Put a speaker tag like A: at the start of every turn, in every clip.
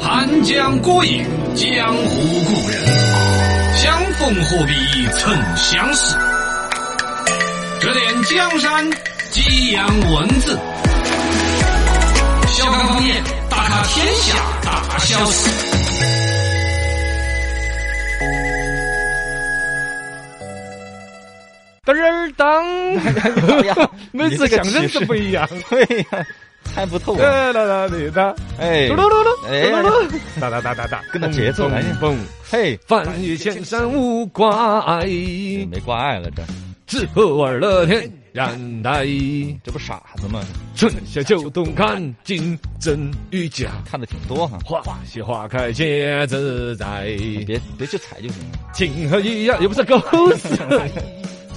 A: 长江孤影，江湖故人。相逢何必曾相识，指点江山，激扬文字。小刚方面，大咖天下，大小事。
B: 嘚儿当，
C: 呀，
B: 每次
C: 你
B: 相
C: 的
B: 声是不一样。
C: 哎呀，猜不透啊！
B: 哎，啦啦哩哒，
C: 哎
B: 嘟，噜噜噜，
C: 哎
B: 嘟噜噜，哒哒哒哒哒，
C: 跟着节奏来呀
B: 蹦。
C: 嘿，
B: 翻越千山无挂
C: 哎
B: 碍，哎
C: 没挂碍了，这
B: 只和玩乐天然呆。
C: 这不傻子吗？
B: 春夏秋冬看尽真与假，
C: 看的挺多哈，
B: 花谢花开皆自在。
C: 别别去踩就行了。
B: 情和义呀，又不是狗 屎。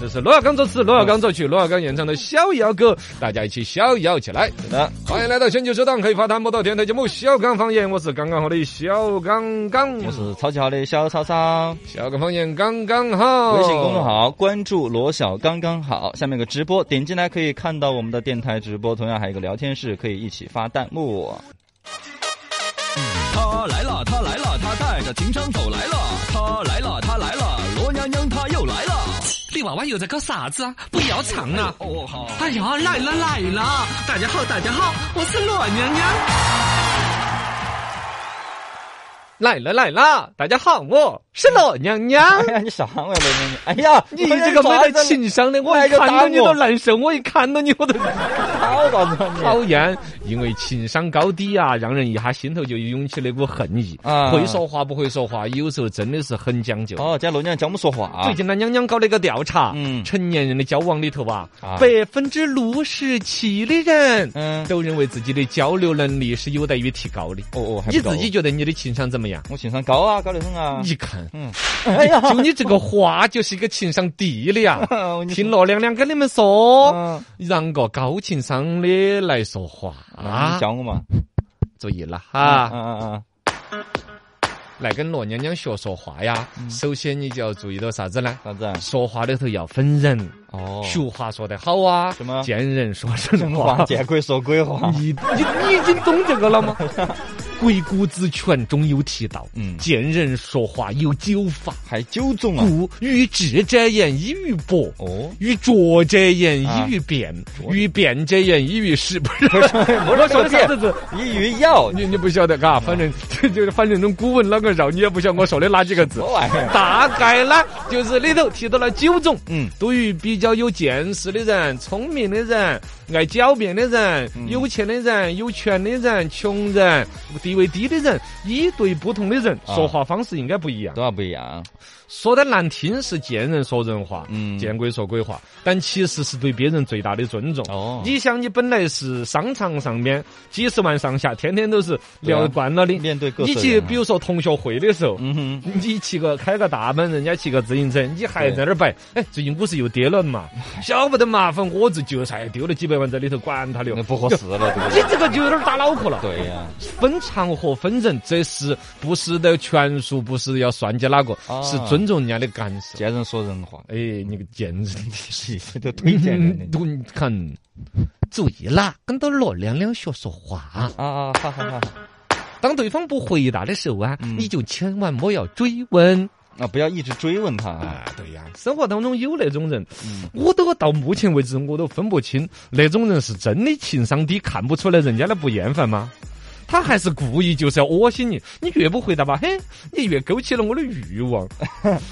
B: 这是罗小刚作词，罗小刚作曲，罗小刚演唱的《逍遥歌》，大家一起逍遥起来。
C: 那
B: 欢迎来到全球首档可以发弹幕到电台节目《小刚方言》，我是刚刚好的小刚刚，
C: 我是超级好的小曹操，
B: 小刚方言刚刚好。
C: 微信公众号关注罗小刚刚好，下面有个直播，点进来可以看到我们的电台直播，同样还有一个聊天室，可以一起发弹幕。
B: 啊
D: 他来了，他来了，他带着情商走来了。他来了，他来了，罗娘娘她又来了。
E: 你娃娃又在搞啥子啊？不要唱啊！
D: 哦，好。
E: 哎呀，来了来了！大家好，大家好，我是罗娘娘。
B: 来了来了，大家好，我是老娘 娘。
C: 哎呀，你啥玩意儿你？哎呀，
B: 你这个没得情商的，我一看到你都难受，我一看到你我都
C: 好搞错你！
B: 讨厌。因为情商高低啊，让人一下心头就涌起那股恨意。
C: 啊
B: 会说话不会说话，有时候真的是很讲究。
C: 哦，家罗娘教我们说话，
B: 最近呢，娘娘搞了一个调查，
C: 嗯
B: 成年人的交往里头吧，
C: 啊
B: 百分之六十七的人
C: 嗯，
B: 都认为自己的交流能力是有待于提高的。
C: 哦哦，还不
B: 你
C: 够
B: 自己觉得你的情商怎么样？
C: 我情商高啊，高得很啊。
B: 一看，
C: 嗯，
B: 哎呀，就你这个话就是一个情商低的呀
C: 我跟。你说
B: 听罗亮亮跟你们说，
C: 嗯
B: 让个高情商的来说话
C: 你
B: 啊！
C: 教我嘛。
B: 注意了
C: 嗯
B: 哈，
C: 嗯嗯，
B: 来跟罗娘娘学说话呀。首先你就要注意到啥子呢？
C: 啥子啊？
B: 嗯说话里头要分人，
C: 哦
B: 俗话说得好啊，
C: 什么
B: 见人说人
C: 真
B: 话
C: 话。见鬼说鬼话。
B: 你你你已经懂这个了吗？鬼谷子全中有提到，
C: 嗯
B: 见人说话有九法，
C: 还九种啊？
B: 故欲智者言以于博，
C: 哦，
B: 欲拙者言
C: 啊
B: 以于辩，欲辩者言以于实。不是，
C: 我说
B: 说的啥
C: 变，
B: 子？
C: 一鱼药，
B: 你你不晓得嘎？反正 就就是反正那种古文啷个绕，你也不晓得我说的哪几个字
C: 什么。玩意儿？
B: 大概呢，就是里头提到了九种，
C: 嗯，
B: 对于比较有见识的人、聪明的人、爱狡辩的人、有钱的人、有权的人、穷人、地位低的人，一对不同的人，
C: 啊
B: 说话方式应该不一样。
C: 多少不一样？
B: 说的难听是见人说人话，
C: 嗯
B: 见鬼说鬼话，但其实是对别人最大的尊重。
C: 哦
B: 你想，你本来是商场上面几十万上下，天天都是聊惯了的，
C: 面对各色
B: 你
C: 人啊
B: 去，比如说同学会的时候，
C: 嗯哼，
B: 你骑个开个大奔，人家骑个自行车，你还在那儿摆。哎，最近股市又跌了 嘛，晓不得麻烦我这韭菜丢了几百万在里头，管他的
C: 那
B: 哦。
C: 不合适了，对 不
B: 你
C: 对？
B: 这个就有点打脑壳了。
C: 对呀，
B: 分场合分人，这是不是的权术？不是要算计哪个，
C: 啊
B: 是尊重人家的感受。
C: 见人说人话，
B: 哎，你个贱人！
C: 是都推荐人的
B: 嗯你看，注意啦，跟到罗亮亮学说话。
C: 啊，哈哈哈！
B: 当对方不回答的时候啊，
C: 嗯
B: 你就千万莫要追问。
C: 啊，不要一直追问他啊，，
B: 对呀、生活当中有那种人，
C: 嗯
B: 我都到目前为止我都分不清那种人是真的情商低，看不出来人家的不厌烦吗？他还是故意就是要恶心你，你越不回答吧，嘿，你越勾起了我的欲 望。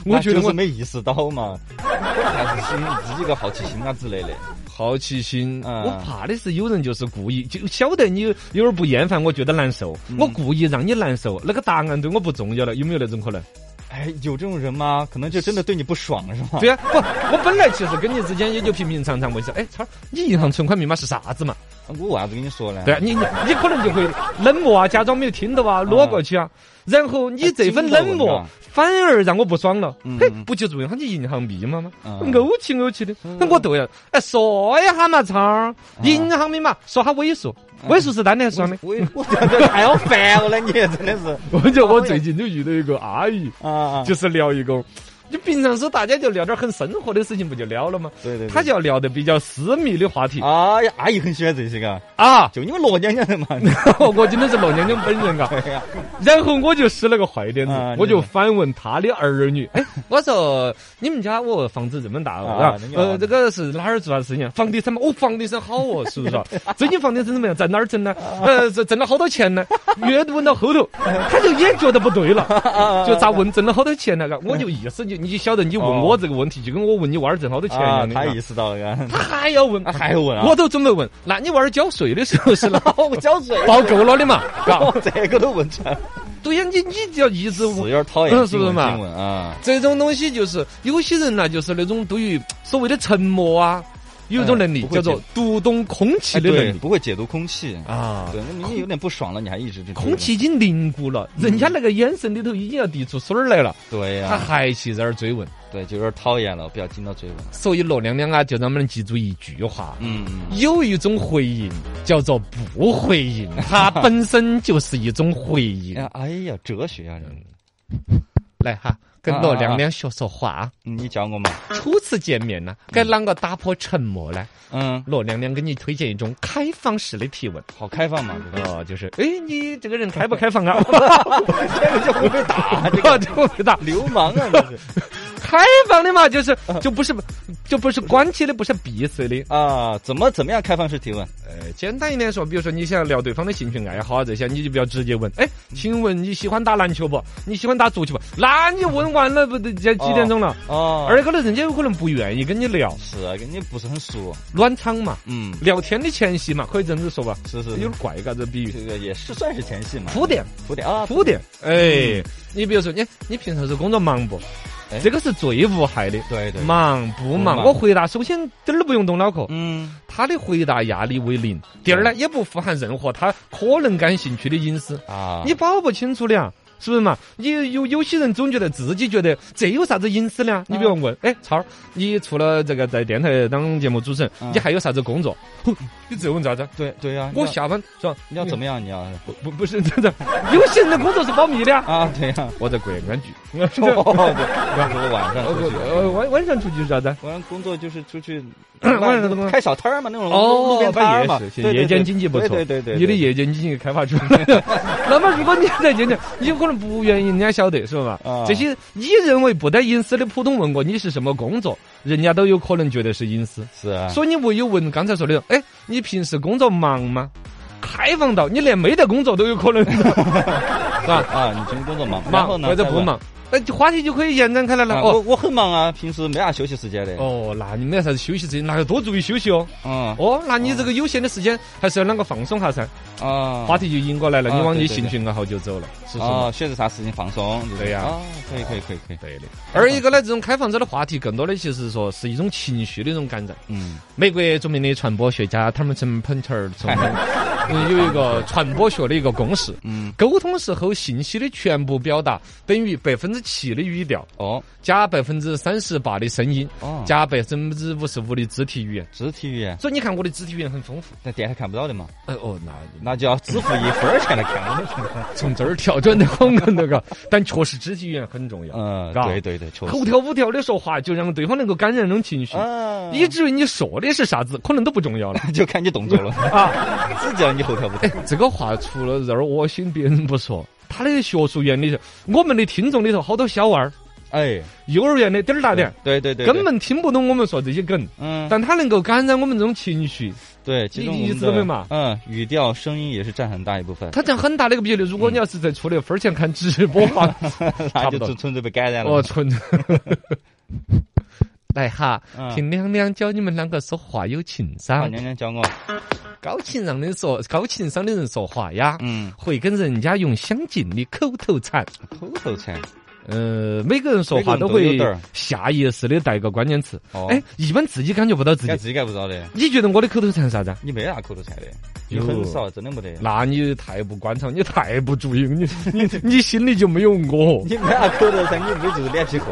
B: 我觉得
C: 那就是
B: 我
C: 没意识到嘛，还是心自己个好奇心啊之类的。
B: 好奇心，
C: 嗯
B: 我怕的是有人就是故意就晓得你有有点不厌烦，我觉得难受，
C: 嗯
B: 我故意让你难受，那个答案对我不重要了，有没有那种 可能？
C: 哎，有这种人吗？可能就真的对你不爽是吗？
B: 对呀、不，我本来其实跟你之间也就平平常常问一下，哎，超儿，你银行存款密码是啥子嘛？
C: 我为啥子跟你说呢？
B: 对、啊、你你你可能就会冷漠啊，假装没有听到
C: 哦
B: 啊，挪过去啊。然后你这份冷漠
C: 啊
B: 反而让我不爽了
C: 嗯，
B: 嘿，不就注意他你银行密码吗？
C: 嗯啊
B: 怄气怄气的，那我对了，哎，说一下嘛，超儿，银行密码说下尾数，
C: 嗯
B: 尾数是单的还是双的？
C: 我我觉得太好烦我了，你真的是
B: 我就我最近就遇到一个阿姨，
C: 啊啊！
B: 就是聊一个，就平常时候大家就聊点很生活的事情，不就聊了吗？
C: 对对对
B: 他就要聊得比较私密的话题
C: 哎呀，阿姨很喜欢这些个，
B: 啊。
C: 就因为罗娘娘 的嘛。
B: 我真的是老娘娘本人啊。
C: 对呀，
B: 然后我就使了个坏点子
C: 啊，
B: 我就反问他的儿女：“哎，我说你们家我房子这么大
C: 啊
B: 啊
C: 你，有
B: 呃，这个是哪儿做啥事情啊？房地产嘛，哦，房地产好哦，是不是啊？最近房地产怎么样？在哪儿挣呢？呃，挣挣了好多钱呢？越问到后头，他就也觉得不对了，就咋问挣了好多钱呢？我就意思就你就晓得，你问我这个问题，就跟我问你娃儿挣好多钱一
C: 啊，
B: 样的
C: 他
B: 啊
C: 意。识到了
B: 他
C: 啊，
B: 还要问，
C: 他还要问啊
B: 我都准备问，那你娃儿交税的时候是哪
C: 我交税
B: 报够了的嘛？嘎
C: 哦，这个都问出来了，
B: 对呀，你你就要一直
C: 是有
B: 问。
C: 点讨
B: 嗯
C: 厌，
B: 是不是嘛
C: 新闻啊，
B: 这种东西就是有些人呢，就是那种对于所谓的沉默啊，有一种能力、
C: 哎不会
B: 叫做
C: 解
B: 读懂空气
C: 哎
B: 的能
C: 对，
B: 力、
C: 不会解读空气。
B: 啊。
C: 对，那你有点不爽了，你还一直这
B: 空，气已经凝固了，
C: 嗯
B: 人家那个眼神里头已经要滴出水儿来了，
C: 对
B: 他
C: 呀，
B: 还去这儿追问。
C: 对，就有点讨厌了，不要听到追问。
B: 所以罗娘娘啊，就让我们记住一句话：
C: 嗯，嗯
B: 有一种回应叫做不回应， 它本身就是一种回
C: 哎
B: 应。
C: 呀，哎呀，哲学啊，这
B: 来哈，跟
C: 啊
B: 罗娘娘学说话啊。
C: 你教我嘛？
B: 初次见面呢，该啷个打破沉默呢？
C: 嗯，
B: 罗娘娘给你推荐一种开放式的提问。
C: 好开放嘛，这个
B: 哦，就是，哎，你这个人开不开 放啊？
C: 这个就不被打，这
B: 我
C: 个
B: 就不知道，
C: 流氓啊，这是
B: 开放的嘛，就是
C: 嗯
B: 就不是就不是关起的，不是闭塞的。
C: 啊，怎么怎么样开放式提问？
B: 呃，简单一点说，比如说你想聊对方的兴趣爱好啊这些，你就不要直接问。哎，
C: 嗯
B: 请问你喜欢打篮球不？你喜欢打足球不？那你问完了不？这这几点钟了？
C: 哦，
B: 二个呢，人家有可能不愿意跟你聊，
C: 是啊，跟你不是很熟，
B: 暖场嘛，
C: 嗯，
B: 聊天的前戏嘛，可以这样子说吧？
C: 是是
B: 有
C: 是
B: 点怪，嘎这比喻。
C: 这个也是算是前戏嘛，
B: 铺垫，
C: 铺垫啊，
B: 铺垫。哎，你比如说，你你平常是工作忙不
C: 哎？
B: 这个是最无害的。
C: 对对，
B: 忙不忙？
C: 不忙
B: 我回答首先点儿不用动脑壳，
C: 嗯，
B: 他的回答压力为零。第二呢，也不富含任何他可能感兴趣的隐私，
C: 啊，
B: 你搞不清楚的呀。是不是嘛？你有有些人总觉得自己觉得这有啥子隐私的啊？你比如问，哎，超儿，你除了这个在电台当节目主持人，
C: 嗯
B: 你还有啥子工 作？哼你这问啥子？
C: 对对呀，
B: 我下班是吧？
C: 你要怎么 样？你要
B: 不不不是真的，有些人的工作是保密的啊。
C: 啊，对 呀，
B: 我在国安局，
C: 哦，对，然后我晚上 出去，
B: 呃晚晚上出去是啥子？
C: 晚上工作就是出去
B: 晚上工作
C: 开小摊儿嘛，那种
B: 哦，
C: 路边摊儿嘛
B: 也，是
C: 对对对
B: 夜间经济不错，
C: 对对对，对
B: 你的夜间经济开发出来了。那么如 果你在夜间，你有可能不愿意人家晓得，是吧？
C: 啊
B: 这些你认为不得隐私的普通问过你是什么工作，人家都有可能觉得是隐私。
C: 是啊，
B: 所以你唯有问刚才说的，哎，你平时工作忙吗？开放到你连没得工作都有可 能，是吧？
C: 啊，你平时工作忙，然后
B: 忙
C: 呢
B: 或者
C: 再
B: 不
C: 问
B: 忙，那就话题就可以延展开来了。
C: 啊我
B: 哦
C: 我很忙啊，平时没啥休息时间的。
B: 哦，那你没啥子休息时间，那要多注意休息哦。
C: 嗯
B: 哦，那你这个有限的时间还是要啷个放松下噻。
C: 啊，
B: 话题就引过来了，你
C: 啊
B: 往
C: 对
B: 你
C: 对
B: 兴
C: 对
B: 趣爱好就走了，是不是嘛？
C: 啊，选择啥事情放松。就是
B: 对呀
C: 啊，可以可以可以可以。
B: 对的。二一个呢，这种开放式的话题，更多的其实说是一种情绪的一种感染。
C: 嗯，哎
B: 美国著名的传播学家汤姆森·彭特尔 曾经嗯有一个传播学的一个公式：
C: 嗯，
B: 沟通时候信息的全部表达等于百分之七的语调，
C: 哦
B: 加百分之三十八的声音，
C: 哦，
B: 加百分之五十五的肢体语言。
C: 肢体语言
B: 所以你看我的肢体语言很丰富。
C: 在电台看不到的嘛，
B: 哎哦，那
C: 那就要支付一分儿钱来 看。
B: 从这儿跳转的好硬那个，但确实肢体语言很重要。
C: 嗯，
B: 嘎
C: 对对对，确
B: 口
C: 实。
B: 条舞条的说话，就让对方能够感染那种情绪，
C: 啊，
B: 以至于你说的是啥子，可能都不重 要了
C: 就看你动作了，
B: 啊！
C: 只叫你后跳不
B: 哎
C: 跳。，
B: 这个话除了让人恶心，别人不说，他的学术院里头，我们的听众里头好多小娃儿，
C: 哎，
B: 幼儿园的点儿大点儿，
C: 对对对，对
B: 根本听不懂我们说这些梗，
C: 嗯，
B: 但他能够感染我们这种情绪，
C: 对，其中
B: 你
C: 我
B: 你
C: 们
B: 知道
C: 的
B: 的嘛
C: 嗯，语调、声音也是占很大一部分，
B: 他占很大的一个比例。如果你要是在出了分儿钱看直播啊话，
C: 那
B: 差
C: 就
B: 不多
C: 纯纯粹被感染
B: 我
C: 了。
B: 纯。 来哎哈，
C: 嗯
B: 听娘娘教你们啷个说话有情
C: 啊，
B: 商，
C: 娘娘教我，
B: 高情商的说，高情商的人说话呀，
C: 嗯，
B: 会跟人家用相近的口头禅。
C: 口头 禅。
B: 呃，每个人说话都
C: 每
B: 会
C: 个人都有点儿
B: 下意识的带个关键词。
C: 哦
B: 哎，一般自己感觉不到自
C: 该
B: 己。
C: 自己该不着的，
B: 你觉得我的口头禅是啥子啊？
C: 你没啥口头禅的，你
B: 有
C: 很少，真的没得。
B: 那你太不观察，你太不注意，你你你心里就没有我。
C: 你没啥口头禅，你没就是脸皮厚。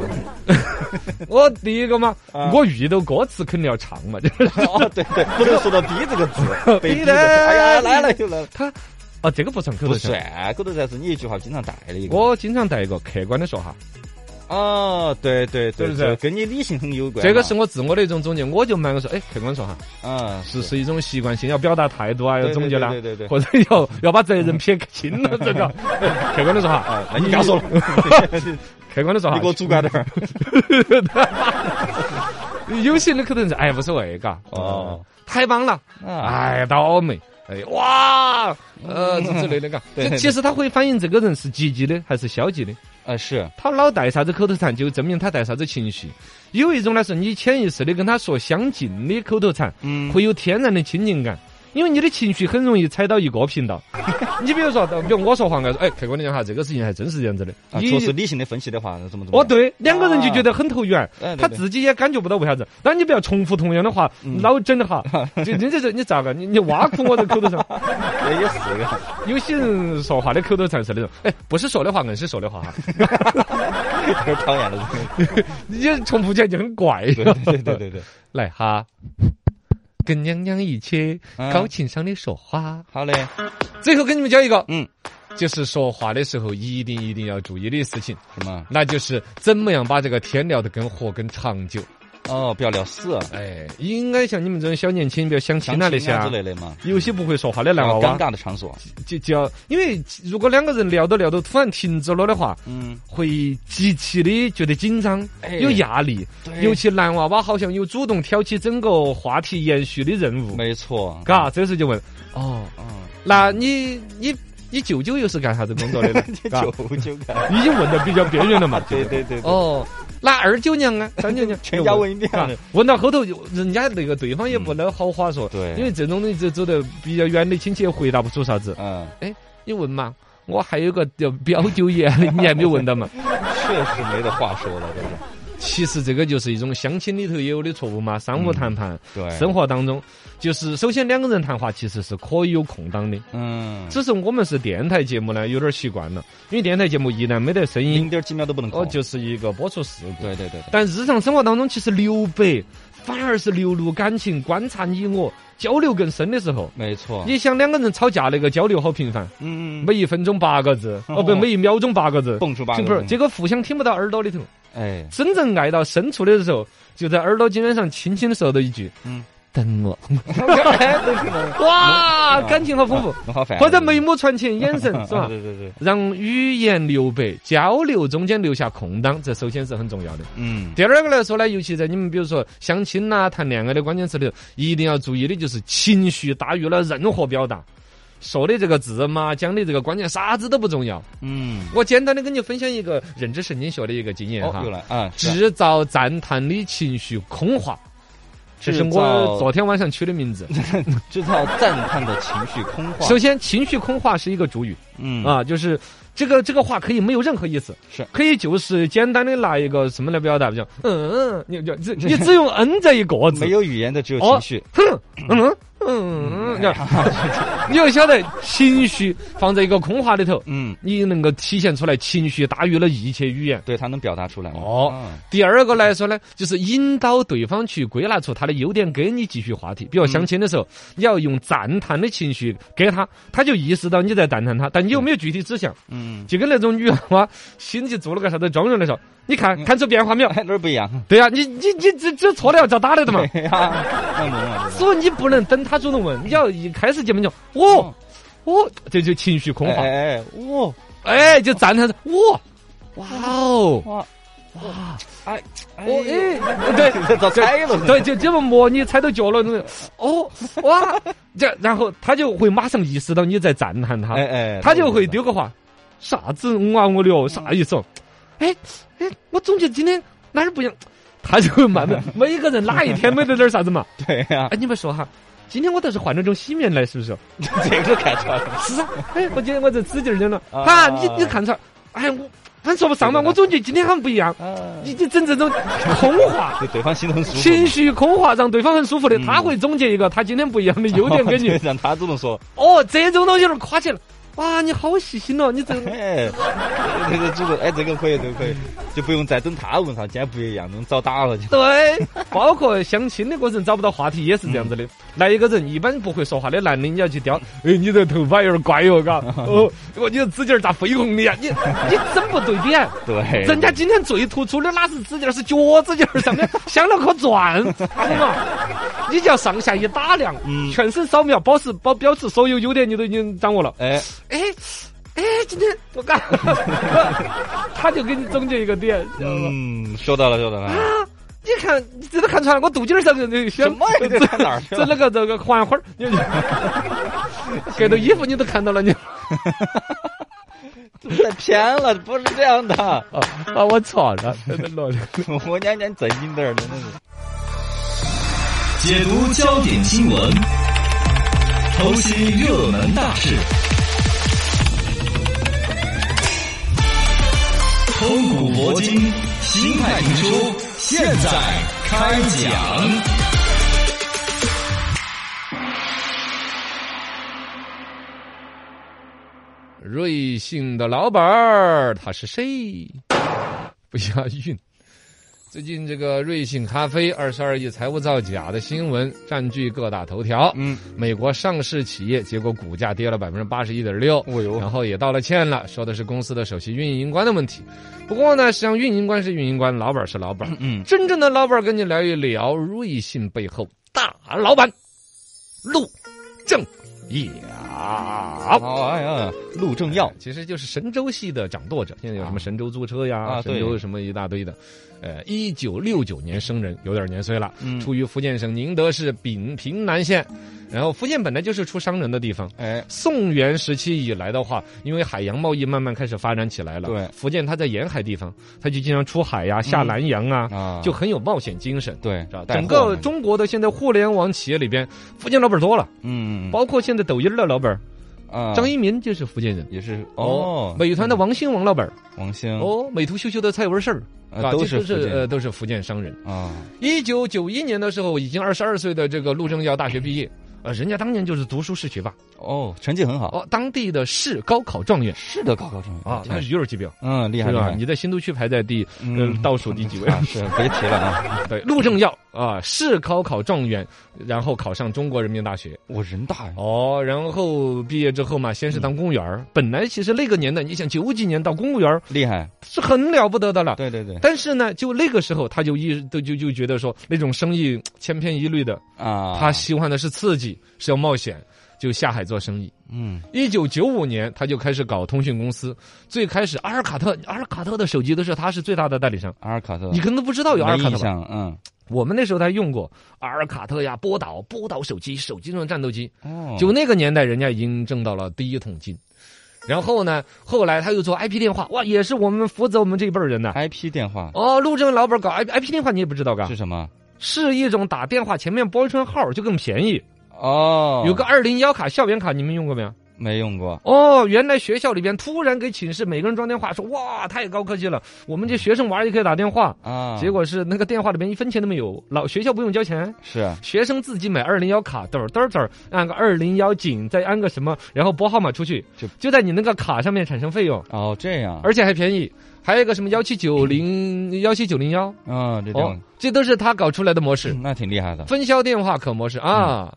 B: 我第一个嘛，
C: 啊
B: 我遇到歌词肯定要唱嘛， 就是
C: 哦，对对，不能说到“逼”这个 字，被逼的。哎呀，来了又来了。
B: 他啊，这个不算口
C: 不
B: 头禅。
C: 算，口头禅是你一句话经常带的一个。
B: 我经常带一个客观的说哈，
C: 哦，对对
B: 对不对
C: 这跟你理性很有关嘛。
B: 这个是我自我的一种总结，我就蛮个说，哎，客观说哈，
C: 啊，
B: 是是一种习惯性，要表达态度啊，要
C: 对对
B: 总结啦
C: 对对对对，
B: 或者要 要把责任撇清 了，这个客观的说哈，
C: 啊，那你刚说了，
B: 客观的说哈，
C: 你给我主观点儿。
B: 有些人可能是哎无所谓，嘎，
C: 哦，
B: 太棒了，
C: 啊，
B: 哎倒霉，哎哇，呃之类的，嘎，
C: 嗯对对
B: 这其实他会反映这个人是积极的还是消极的。
C: 啊是，
B: 他老带啥子口头禅，就证明他带啥子情绪。有一种呢，是你潜意识的跟他说相近的口头禅，
C: 嗯
B: 会有天然的亲近感。因为你的情绪很容易踩到一个 频道，你比如说，比如我说黄盖说，哎，客观的讲哈，这个事情还真是这样子的。
C: 啊，
B: 你
C: 确实理性的分析的话，那怎么怎
B: 哦，
C: 么样？
B: 对，两个人就觉得很投缘
C: 哎对，对嗯
B: 他自己也感觉不到为啥子。但你不要重复同样的话，老整的哈， 就你这这你咋个？你你挖苦我的口头禅。
C: 对，也是个。
B: 有些人说话的口头禅是那种，哎，不是说的话，硬是说的话哈。
C: 有点讨厌了，
B: 你这重复起来就很怪。
C: 对对对对对，
B: 来哈，跟娘娘一起
C: 嗯
B: 高情商的说话。
C: 好嘞，
B: 最后给你们教一个，
C: 嗯，
B: 就是说话的时候一定一定要注意的事情，
C: 什么？
B: 那就是怎么样把这个天聊得更活更长久。
C: 哦，不要聊死，
B: 哎，应该像你们这种小年轻，比如相亲
C: 相
B: 啊那
C: 亲
B: 些
C: 啊
B: 啊
C: 之。类的嘛，
B: 有些不会说话的男娃
C: 然后尴
B: 娃，
C: 尬的场所，嗯
B: 就就要，因为如果两个人聊着聊着突然停止了的话，
C: 嗯，
B: 会极其的觉得紧张
C: 哎，
B: 有压力。
C: 对
B: 尤其男娃娃好像有主动挑起整个话题延续的任务，
C: 没错，
B: 嘎，这时候就问，哦，
C: 嗯，
B: 那你你你舅舅又是干啥子工作的呢
C: 这？
B: 嘎
C: 九九 感，？
B: 已经问的比较边缘了嘛
C: 对对对，对，
B: 哦，那二舅娘啊，三舅娘，
C: 全家问一遍
B: 嘎问到后头就人家那个对方也不那好话说，
C: 嗯对
B: 因为这种东西就走得比较远的亲戚也回答不出啥子。
C: 嗯，
B: 你问嘛，我还有个叫表舅爷 的，你还没有问到嘛？
C: 确实没得话说了，真的，
B: 其实这个就是一种相亲里头也有的错误嘛，商务谈判，
C: 嗯对，
B: 生，活当中就是首先两个人谈话其实是可以有空档的，
C: 嗯，
B: 只是我们是电台节目呢，有点习惯了，因为电台节目一旦没得声
C: 零
B: 音，
C: 点几秒都不能
B: 哦，
C: 空，
B: 就是一个播出事故。
C: 对对对对，
B: 但日常生活当中，其实留白反而是流露感情、观察你我、交流更深的时候。
C: 没错，
B: 你想两个人吵架那个交流好频繁，
C: 嗯，
B: 每一分钟八个字，哦不，每一秒钟八个字，
C: 蹦出八
B: 就
C: 个
B: 不是
C: 字
B: 结果互相听不到耳朵里头。
C: 哎，
B: 真正爱到深处的时候，就在耳朵尖上轻轻的说的一句：“
C: 嗯
B: 嗯，等我。
C: 都可能，”
B: 哇，感情好丰富，
C: 很好烦，
B: 或者眉目传情，眼神是
C: 啊
B: 吧？
C: 对对对，
B: 让语言留白，交流中间留下空档，这首先是很重要的。
C: 嗯，
B: 第二个来说呢，尤其在你们比如说相亲呐、谈恋爱的关键词里头，一定要注意的就是情绪大于了任何表达。说的这个字嘛，讲的这个观念，啥子都不重要。
C: 嗯，
B: 我简单的跟你分享一个认知神经学的一个经验哈
C: 哦，，又来啊，是啊
B: 制造赞叹的情绪空话，这是
C: 制造
B: 我昨天晚上取的名字。
C: 制造赞叹的情绪空话，
B: 首先，情绪空话是一个主语
C: 嗯，
B: 啊，就是这个这个话可以没有任何意思，
C: 是
B: 可以就是简单的拿一个什么来表达，就嗯嗯，你就 只你只用嗯这一个字
C: 没，有语言的只有
B: 哦
C: 情绪，
B: 哼嗯嗯，你 看你要晓得情绪放在一个空话里头，
C: 嗯，
B: 你能够体现出来情绪大于了一切语言。
C: 对他能表达出来吗
B: 哦
C: 啊
B: 第二个来说呢，就是引导对方去归纳出他的优点，跟你继续话题。比如相亲的时候，你要用赞叹的情绪给他，他就意识到你在赞叹他，但你有没有具体指向？
C: 嗯，
B: 就跟那种女娃娃心里做了个啥子妆容的时候，你看看出变化没 有？
C: 哎，哪儿不一样？
B: 对呀、你你你这这错了要遭打的的嘛。
C: 哎呀，那能啊，
B: 所以你不能等他主动问，你要一开始见面就哦哦，这就情绪
C: 这
B: 空
C: 个
B: 话，
C: 嗯哎哎，哇
B: 哎，就赞叹哇哇哦。
C: 哇哇，哎
B: 哦
C: 哎，
B: 哎，对，
C: 早猜了，
B: 对，就这么摸你踩到脚了，那种哦哇，这然后他就会马上意识到你在赞叹他，
C: 哎哎，
B: 他就会丢个话，啥子我啊我的哦，啥意思？哦？哎哎，我总觉得今天哪儿不一样，他就会 慢慢每个人哪一天没得点啥 子嘛？
C: 对呀，
B: 哎，你们说哈。今天我倒是换了种洗面奶，是不是？
C: 这个看出来了，
B: 是啊，哎，我今天我这指劲儿呢，
C: 啊
B: 哈，你你看出来？哎，我俺说不上嘛，我总觉得今天好像不一样。
C: 啊，
B: 你你整这种空话，
C: 对对方心里很舒服，
B: 情绪空话让对方很舒服的，他会总结一个他今天不一样的 优点给
C: 对
B: 你。
C: 让他主动说，
B: 哦，这种东西儿夸起来，哇，你好细心哦，你这
C: 哎，对对，主动，哎，这个可以，这个可以，就不用再等他问他，今天不一样，能早打了就。
B: 对，包括相亲那个人找不到话题也是这样子的。来一个人一般不会说话的男的，你要去叼，哎，你这头发有点怪哟，嘎，哦，我你这指甲咋绯红的呀？你你整不对点。
C: 对，
B: 人家今天最突出的哪是指甲，是脚趾甲上面 镶了颗钻，好嘛？你就要上下一打量，全身扫描，保持保标志所有优点你都已经掌握了。
C: 哎，
B: 哎哎，今天我干， 他就给你总结一个点，知道吗？
C: 嗯，说到了，说到了。
B: 啊，你看，你真的看出来我肚脐儿上那什
C: 什么 呀这看哪儿去
B: 这
C: 了
B: 那个这个环花儿， 你给的衣服你都看到了你。
C: 太偏了，不是这样的。
B: 啊啊！我操了，真的落了。
C: 我年年正经点儿，真的是。
D: 解读焦点新闻，剖析热门大事，通古博今，新派评书，现在开讲。
B: 瑞幸的老板儿他是谁？不押韵。最近这个瑞幸咖啡二十二亿财务造假的新闻占据各大头条。
C: 嗯，
B: 美国上市企业结果股价跌了百分之八十一点六，
C: 哦哟
B: 然后也道了歉了，说的是公司的首席运营官的问题。不过呢，实际上运营官是运营官，老板是老板。
C: 嗯
B: 真正的老板跟你聊一聊瑞幸背后大老板陆正尧。
C: 哦，哎呀，陆正耀，
B: 其实就是神州系的掌舵者，现在有什么神州租车呀，
C: 啊
B: 神
C: 对
B: 州什么一大堆的，呃，一九六九年生人，有点年岁了，
C: 嗯
B: 出于福建省宁德市丙平南县，然后福建本来就是出商人的地方。
C: 哎，
B: 宋元时期以来的话，因为海洋贸易慢慢开始发展起来了，
C: 对
B: 福建它在沿海地方，它就经常出海呀、下南洋啊，
C: 啊
B: 就很有冒险精神。
C: 对
B: 是吧，
C: 带
B: 整
C: 货
B: 个
C: 嘛，
B: 中国的现在互联网企业里边，福建老板多了，
C: 嗯，
B: 包括现在抖音的老板儿
C: 啊，
B: 张一鸣就是福建人。
C: 也是哦，
B: 美团的王兴王老板儿，
C: 王兴
B: 哦，美图秀秀的蔡文胜儿，
C: 呃
B: 啊
C: 都
B: 这都是
C: 是福建
B: 呃都是福建商人。
C: 啊，
B: 一九九一年的时候，已经二十二岁的这个陆正耀大学毕业，呃，人家当年就是读书是学霸，
C: 哦，成绩很好，
B: 哦，当地的市高考状元
C: 是的，高考状元
B: 啊，
C: 天
B: 那是有点级别。
C: 嗯，厉害
B: 是
C: 厉
B: 吧？
C: 害，
B: 你在新都区排在第呃
C: 嗯
B: 倒数第几位？
C: 啊，是别提了啊，
B: 对，陆正耀啊，市高考状元，然后考上中国人民大学。
C: 我人大呀，
B: 哦，然后毕业之后嘛，先是当公务员儿。本来其实那个年代，你想九几年到公务员儿
C: 厉害，
B: 是很了不得的了。
C: 对对对，
B: 但是呢，就那个时候，他就一都就就觉得说那种生意千篇一律的，
C: 啊，
B: 他喜欢的是刺激，是要冒险，就下海做生意。
C: 嗯，
B: 一九九五年，他就开始搞通讯公司。最开始，阿尔卡特，阿尔卡特的手机都是他是最大的代理商，
C: 阿尔卡特，
B: 你可能都不知道有阿尔
C: 嗯没
B: 卡
C: 印
B: 特吧？
C: 象，嗯，
B: 我们那时候还用过阿尔卡特呀、波导、波导手机、手机那种战斗机。
C: 哦，
B: 就那个年代，人家已经挣到了第一桶金。然后呢，后来他又做 IP 电话，哇，也是我们负责我们这一辈儿人呐。
C: IP 电话
B: 哦，陆正老板搞 I I P 电话你也不知道嘎
C: 哎是，什么？
B: 是一种打电话前面拨一串号就更便宜。
C: 哦，
B: 有个二零幺卡校园卡，你们用过没有？
C: 没用过，
B: 哦，原来学校里边突然给寝室每个人装电话，说哇太高科技了，我们这学生娃儿也可以打电话。
C: 啊，
B: 结果是那个电话里边一分钱都没有，老学校不用交钱，
C: 是
B: 学生自己买二零幺卡，嘚儿嘚儿嘚儿，按个二零幺井，再按个什么，然后拨号码出去
C: 就，
B: 就在你那个卡上面产生费用，
C: 哦，这样，
B: 而且还便宜。还有一个什么幺七九零幺七九零幺，
C: 嗯，这嗯
B: 哦
C: 种，
B: 这都是他搞出来的模式。
C: 那挺厉害的，
B: 分销电话可模
C: 嗯
B: 式啊。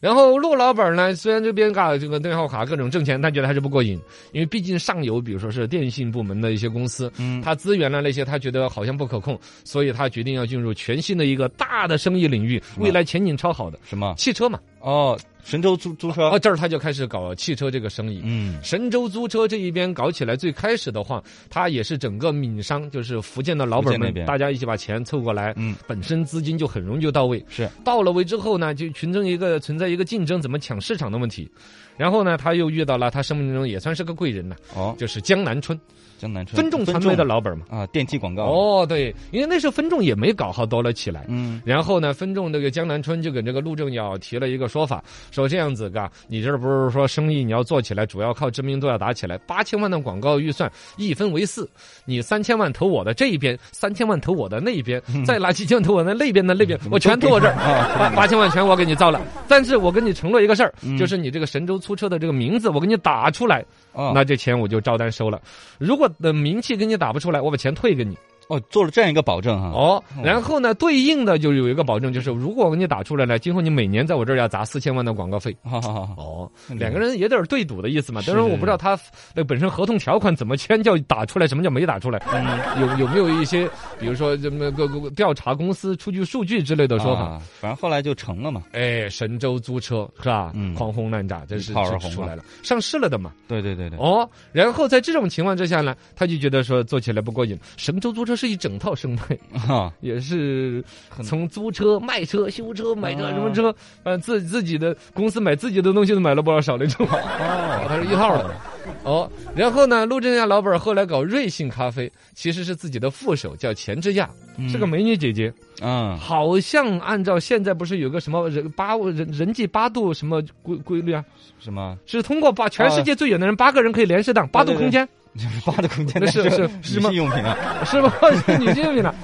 B: 然后陆老板呢，虽然这边嘎这个电话卡各种挣钱，他觉得还是不过瘾，因为毕竟上游，比如说是电信部门的一些公司，
C: 嗯，
B: 他资源呢啊那些他觉得好像不可控，所以他决定要进入全新的一个大的生意领域，
C: 么
B: 未来前景超好的
C: 什么？
B: 汽车嘛。
C: 哦，神州租租车
B: 啊，，这儿他就开始搞汽车这个生意。
C: 嗯，
B: 神州租车这一边搞起来，最开始的话，他也是整个闽商，就是福建的老
C: 福
B: 板
C: 建那
B: 们，
C: 边
B: 大家一起把钱凑过来，
C: 嗯，
B: 本身资金就很容易就到位。
C: 是
B: 到了位之后呢，就群众一个存在一个竞争怎么抢市场的问题。然后呢，他又遇到了他生命中也算是个贵人呐，
C: 哦，
B: 就是江南春，
C: 江南车
B: 分众传媒的老板嘛。
C: 啊，电梯广告，，
B: 哦，对，因为那时候分众也没搞好多了起来。
C: 嗯，
B: 然后呢，分众这个江南春就给这个陆正耀提了一个说法，说这样子嘎，你这儿不是说生意你要做起来，主要靠知名度要打起来，八千万的广告预算一分为四，你三千万投我的这一边，三千万投我的那一边，再拿几千万投我的那边的那边，我全投我这儿， 八八千万全我给你造了。但是我跟你承诺一个事儿，就是你这个神州租车的这个名字，我给你打出来，
C: 哦，
B: 那这钱我就照单收了。如果的名气给你打不出来，我把钱退给你。
C: 哦，做了这样一个保证哈。
B: 哦，然后呢，对应的就有一个保证，就是如果你打出来了，今后你每年在我这儿要砸四千万的广告费。
C: 好好好好，
B: 哦，两个人也得是对赌的意思嘛。但是我不知道他那本身合同条款怎么签叫打出来，什么叫没打出来，
C: 嗯
B: 有有没有一些，比如说什么个个调查公司出具数据之类的说法。
C: 啊反正后来就成了嘛。
B: 哎，神州租车是吧？
C: 嗯
B: 狂轰滥炸，这是
C: 一炮而红
B: 出
C: 嘛
B: 来了，上市了的嘛。
C: 对对对对，
B: 哦，然后在这种情况之下呢，他就觉得说做起来不过瘾。神州租车是一整套生态，
C: 哈，
B: 也是从租车、卖车、修车、买车
C: 啊
B: 什么车，呃，自自己的公司买自己的东西都买了不少少那种， 哦，它是一套的。哦，然后呢，陆正亚老板后来搞瑞幸咖啡，其实是自己的副手叫钱之亚，是个美女姐姐，
C: 嗯，
B: 好像按照现在不是有个什么人八人人际八度什么规规律啊，
C: 什么
B: 是通过把全世界最远的人八个人可以连适当，八度
C: 啊对对
B: 空间。
C: 八的空间
B: 那是
C: 那
B: 是是
C: 女
B: 吗
C: 性用品啊，
B: 是吧？ 是女性 品的，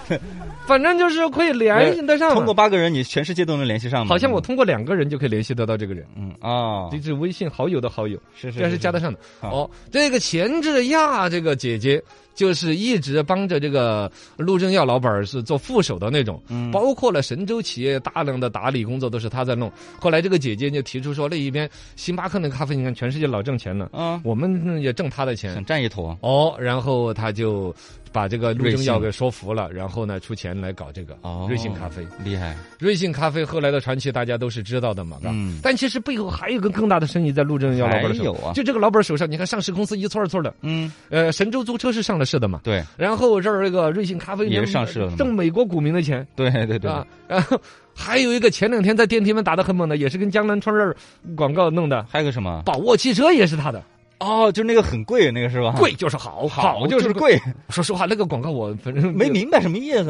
B: 反正就是可以联系得上嘛。
C: 通过八个人，你全世界都能联系上吗？
B: 好像我通过两个人就可以联系得到这个人，
C: 嗯啊
B: 这，是微信好友的好友，
C: 是
B: 这还是加得上的。
C: 啊
B: 哦，这个钱志亚这个姐姐。就是一直帮着这个陆正耀老板儿是做副手的那种，
C: 嗯
B: 包括了神州企业大量的打理工作都是他在弄。后来这个姐姐就提出说，那一边星巴克那个咖啡，你看全世界老挣钱了，
C: 啊，
B: 我们也挣他的钱
C: 想，占一坨，
B: 哦，然后他就把这个陆正耀
C: 瑞幸
B: 给说服了，然后呢出钱来搞这个
C: 哦
B: 瑞幸咖啡。
C: 厉害，
B: 瑞幸咖啡后来的传奇大家都是知道的嘛，
C: 嗯
B: 但其实背后还有一个更大的生意在陆正耀老板的手，
C: 还有啊
B: 就这个老板手上，你看上市公司一撮一撮的，
C: 嗯，
B: 呃，神州租车是上了市的嘛，
C: 对
B: 然后这儿这个瑞幸咖啡呃
C: 也是上市了嘛
B: 挣美国股民的钱
C: 对对对，
B: 啊，然后还有一个前两天在电梯门打的很猛的，也是跟江南川这儿广告弄的，
C: 还有个什么？
B: 宝沃汽车也是他的，
C: 哦，就是那个很贵那个是吧？
B: 贵就是好，好
C: 就
B: 就是是贵。
C: 贵，
B: 说实话，那个广告我反正
C: 没明白什么意思，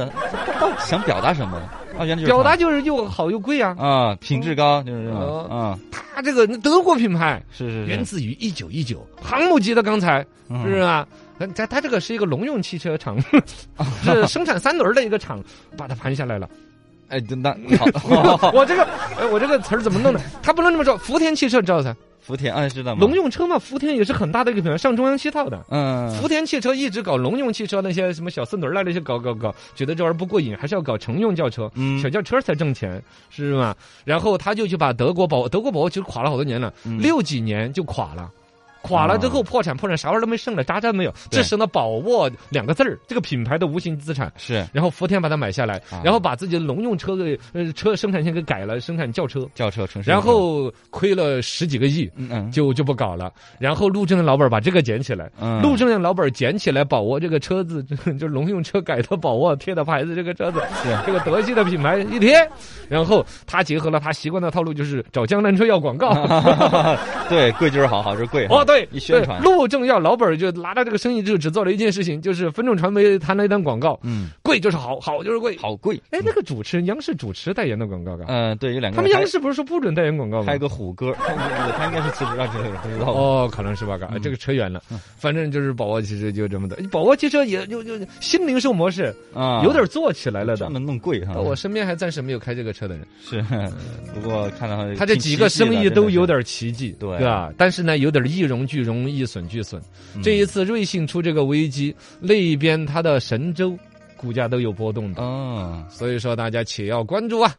C: 到底想表达什么？啊，原来就是
B: 表达哦就是又好又贵啊！
C: 啊，品质高就是这种，嗯，
B: 它这个德国品牌
C: 是是
B: 源
C: 是，
B: 自于一九一九航母级的钢材，
C: 嗯
B: 是吧？它它它这个是一个农用汽车厂，
C: 哦
B: 是生产三轮的一个厂，把它盘下来了。
C: 哎，就那 好，
B: 我这个哎，我这个词儿怎么弄的？它不能这么说。福田汽车你知道噻？
C: 福田，哎，知道吗？
B: 农用车嘛，福田也是很大的一个品牌，上中央七套的。
C: 嗯，
B: 福田汽车一直搞农用汽车，那些什么小四轮儿啊啦那些搞搞搞，觉得这玩意儿不过瘾，还是要搞乘用轿车，
C: 嗯
B: 小轿车才挣钱，是吗？然后他就去把德国宝德国宝沃其实垮了好多年了，
C: 嗯
B: 六几年就垮了。垮了之后破产，破产啥玩意儿都没剩了，渣渣没有，
C: 对
B: 只剩了宝沃两个字儿，这个品牌的无形资产。
C: 是
B: 然后福田把它买下来
C: 啊，
B: 然后把自己的农用车给呃车生产线给改了，生产轿车，
C: 轿车城市，
B: 然后亏了十几个亿，
C: 嗯嗯
B: 就就不搞了。然后陆正的老板把这个捡起来，
C: 嗯
B: 陆正亮老板捡起来宝沃这个车子， 就是农用车改的宝沃贴的牌子，这个车子
C: 是
B: 这个德系的品牌一贴，然后他结合了他习惯的套路，就是找江南车要广 告。
C: 对，贵就是好，好就是贵。
B: 哦，对，
C: 一宣传
B: 对陆正耀老板就拿到这个生意就只做了一件事情，就是分众传媒谈了一单广告，
C: 嗯，
B: 贵就是好，好就是贵。
C: 好贵。
B: 哎，那个主持人央视主持代言的广告啊，
C: 嗯，对，有两个
B: 他
C: 人
B: 们
C: 拍。
B: 央视不是说不准代言广告吗
C: 拍？个虎哥，他应该是辞职让这个人不知道。
B: 哦，可能是吧，嘎，
C: 嗯
B: 这个扯远了。反正就是宝沃汽车就这么的，宝沃汽车也就就新零售模式
C: 啊，
B: 有点做起来了的
C: 专。门弄贵哈。
B: 我身边还暂时没有开这个车的人，
C: 是， 不过看到
B: 他这几个生意都有
C: 点。
B: 点奇迹，
C: 对啊
B: 吧？但是呢，有点一荣俱荣，一损俱损。
C: 嗯
B: 这一次瑞幸出这个危机，那一边它的神州股价都有波动的，
C: 哦，
B: 所以说大家且要关注啊。